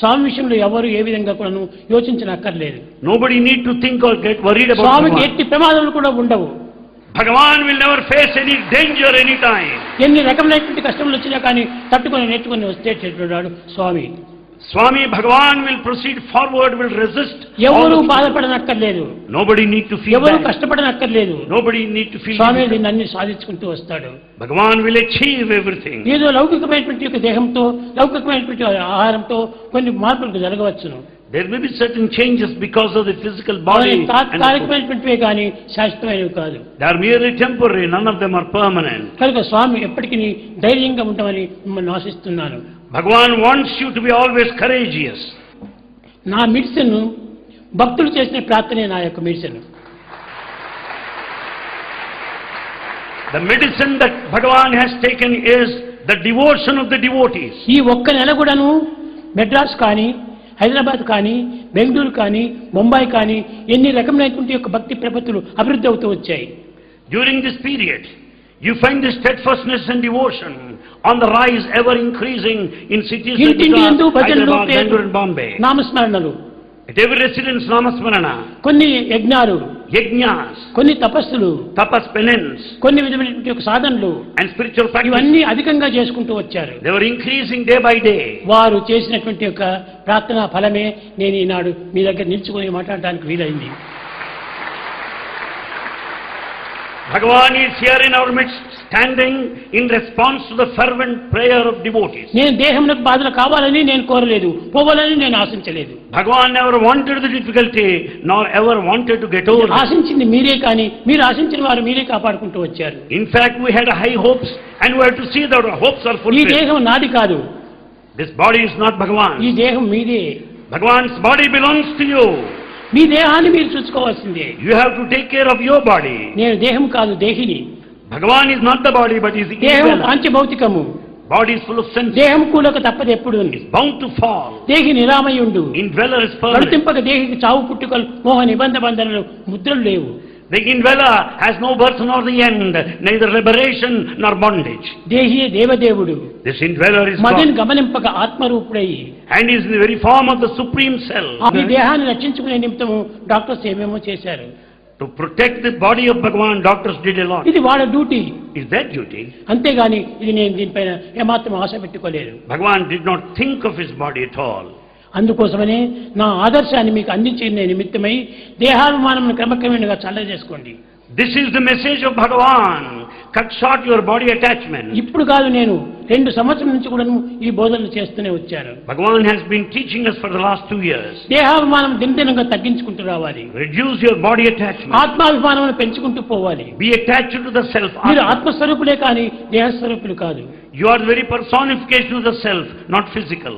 స్వామి విషయంలో ఎవరు ఏ విధంగా కూడాను యోచించనక్కర్లేదు Nobody need to think or get worried about స్వామికి Bhagavan. ఎట్టి ప్రమాదములు కూడా ఉండవు Bhagavan will never face any danger anytime. ఎన్ని రకమైనటువంటి కష్టములు వచ్చినా కానీ తట్టుకొని నేర్చుకొని వచ్చేటటువంటి వాడు స్వామి Swami Bhagavan will proceed forward, will resist. all ఎవరు the- బాధపడనక్కర్లేదు Nobody need to feel ఎవరు bad. కష్టపడనక్కర్లేదు Nobody need to feel స్వామి difficult. దీన్ని అన్ని సాధించుకుంటూ వస్తాడు Bhagavan will achieve everything. ఏదో లౌకికమైనటువంటి యొక్క దేహంతో లౌకికమైనటువంటి ఆహారంతో కొన్ని మార్పులు జరగవచ్చును There may be certain changes because of the physical అవన్నీ body. and the- తాత్కాలికమైనటువంటివే కానీ శాశ్వతమైనవి కాదు They are merely temporary, none of them are permanent. కనుక స్వామి ఎప్పటికీ ధైర్యంగా ఉండమని మిమ్మల్ని ఆశిస్తున్నాను Bhagavan wants you to be always courageous. నా మెడిసిన్ భక్తులు చేసిన ప్రార్థనే నా యొక్క మెడిసిన్ The medicine that Bhagavan has taken is the devotion of the devotees. ఈ ఒక్క నెల కూడాను మెడ్రాస్ కానీ హైదరాబాద్ కానీ బెంగళూరు కానీ బొంబాయి కానీ ఎన్ని రకమైనటువంటి యొక్క భక్తి ప్రపత్తులు అభివృద్ధి అవుతూ వచ్చాయి During this period, you find the steadfastness and devotion on the rise, ever increasing in cities like ఇంటింటి ఎందు Gujarat, భజనలు Hyderabad, ప్రేమ- Bangalore and Bombay. నామస్మరణలు At every residence, namasmarana, కొన్ని యజ్ఞాలు yajnas, కొన్ని తపస్సులు tapas penance, కొన్ని విధమైనటువంటి యొక్క సాధనలు and spiritual practice, ఇవన్నీ అధికంగా చేసుకుంటూ వచ్చారు they were increasing day by day. వారు చేసినటువంటి యొక్క ప్రార్థనా ఫలమే నేను ఈనాడు మీ దగ్గర నిల్చుకొని మాట్లాడడానికి వీలైంది Bhagavan is here in our midst, standing in response to the fervent prayer of devotees. నేను దేహంలో బాధలు కావాలని నేను కోరలేదు పోవాలని నేను ఆశించలేదు Bhagavan never wanted the difficulty, nor ever wanted to get over it. ఆశించింది మీరే కానీ మీరు ఆశించిన వారు మీరే కాపాడుకుంటూ వచ్చారు In fact, we had high hopes, and we have to see that our hopes are ఈ fulfilled. దేహం నాది కాదు This body is not ఈ Bhagavan. దేహం మీదే Bhagavan's body belongs to you. మీ దేహాన్ని మీరు చూసుకోవాల్సిందే You have to take care of your body. నేను దేహం కాదు దేహిని Bhagavan is not the body but is దేహం evil. పంచభౌతికము Body is full of senses, దేహం కూలక తప్పదు ఎప్పుడు ఉంది bound to fall. దేహి నిరామై ఉండు Indweller is permanent. నడితింపక దేహికి చావు పుట్టుకలు మోహ నిబంధ బంధనలు ముద్రలు లేవు The indweller has no birth nor the end, neither liberation nor bondage. దేహియే దేవదేవుడు This indweller is మదిని God గమనింపక ఆత్మరూపుడయి and is in the very form of the supreme ఆ self. ఈ దేహాన్ని రక్షించుకునే నిమిత్తము డాక్టర్స్ ఏమేమో చేశారు To protect the body of Bhagavan, doctors did a lot. ఇది వాళ్ళ డ్యూటీ Is that duty? అంతేగాని ఇది నేను దీనిపైన ఏమాత్రం ఆశ పెట్టుకోలేదు Bhagavan did not think of his body at all. అందుకోసమనే నా ఆదర్శాన్ని మీకు అందించిన నిమిత్తమై దేహాభిమానం క్రమక్రమేణగా చల్ల చేసుకోండి This is the message of Bhagavan. Cut short your body attachment. ఇప్పుడు కాదు నేను రెండు సంవత్సరం నుంచి కూడా ఈ బోధనలు చేస్తూనే వచ్చాను Bhagavan has been teaching us for the last two years. దేహాభిమానం దినదినంగా తగ్గించుకుంటూ రావాలి Reduce your body attachment. ఆత్మాభిమానం పెంచుకుంటూ పోవాలి Be attached to the self. మీరు ఆత్మస్వరూపులే కానీ దేహస్వరూపులు కాదు You are the very personification of the self, not physical.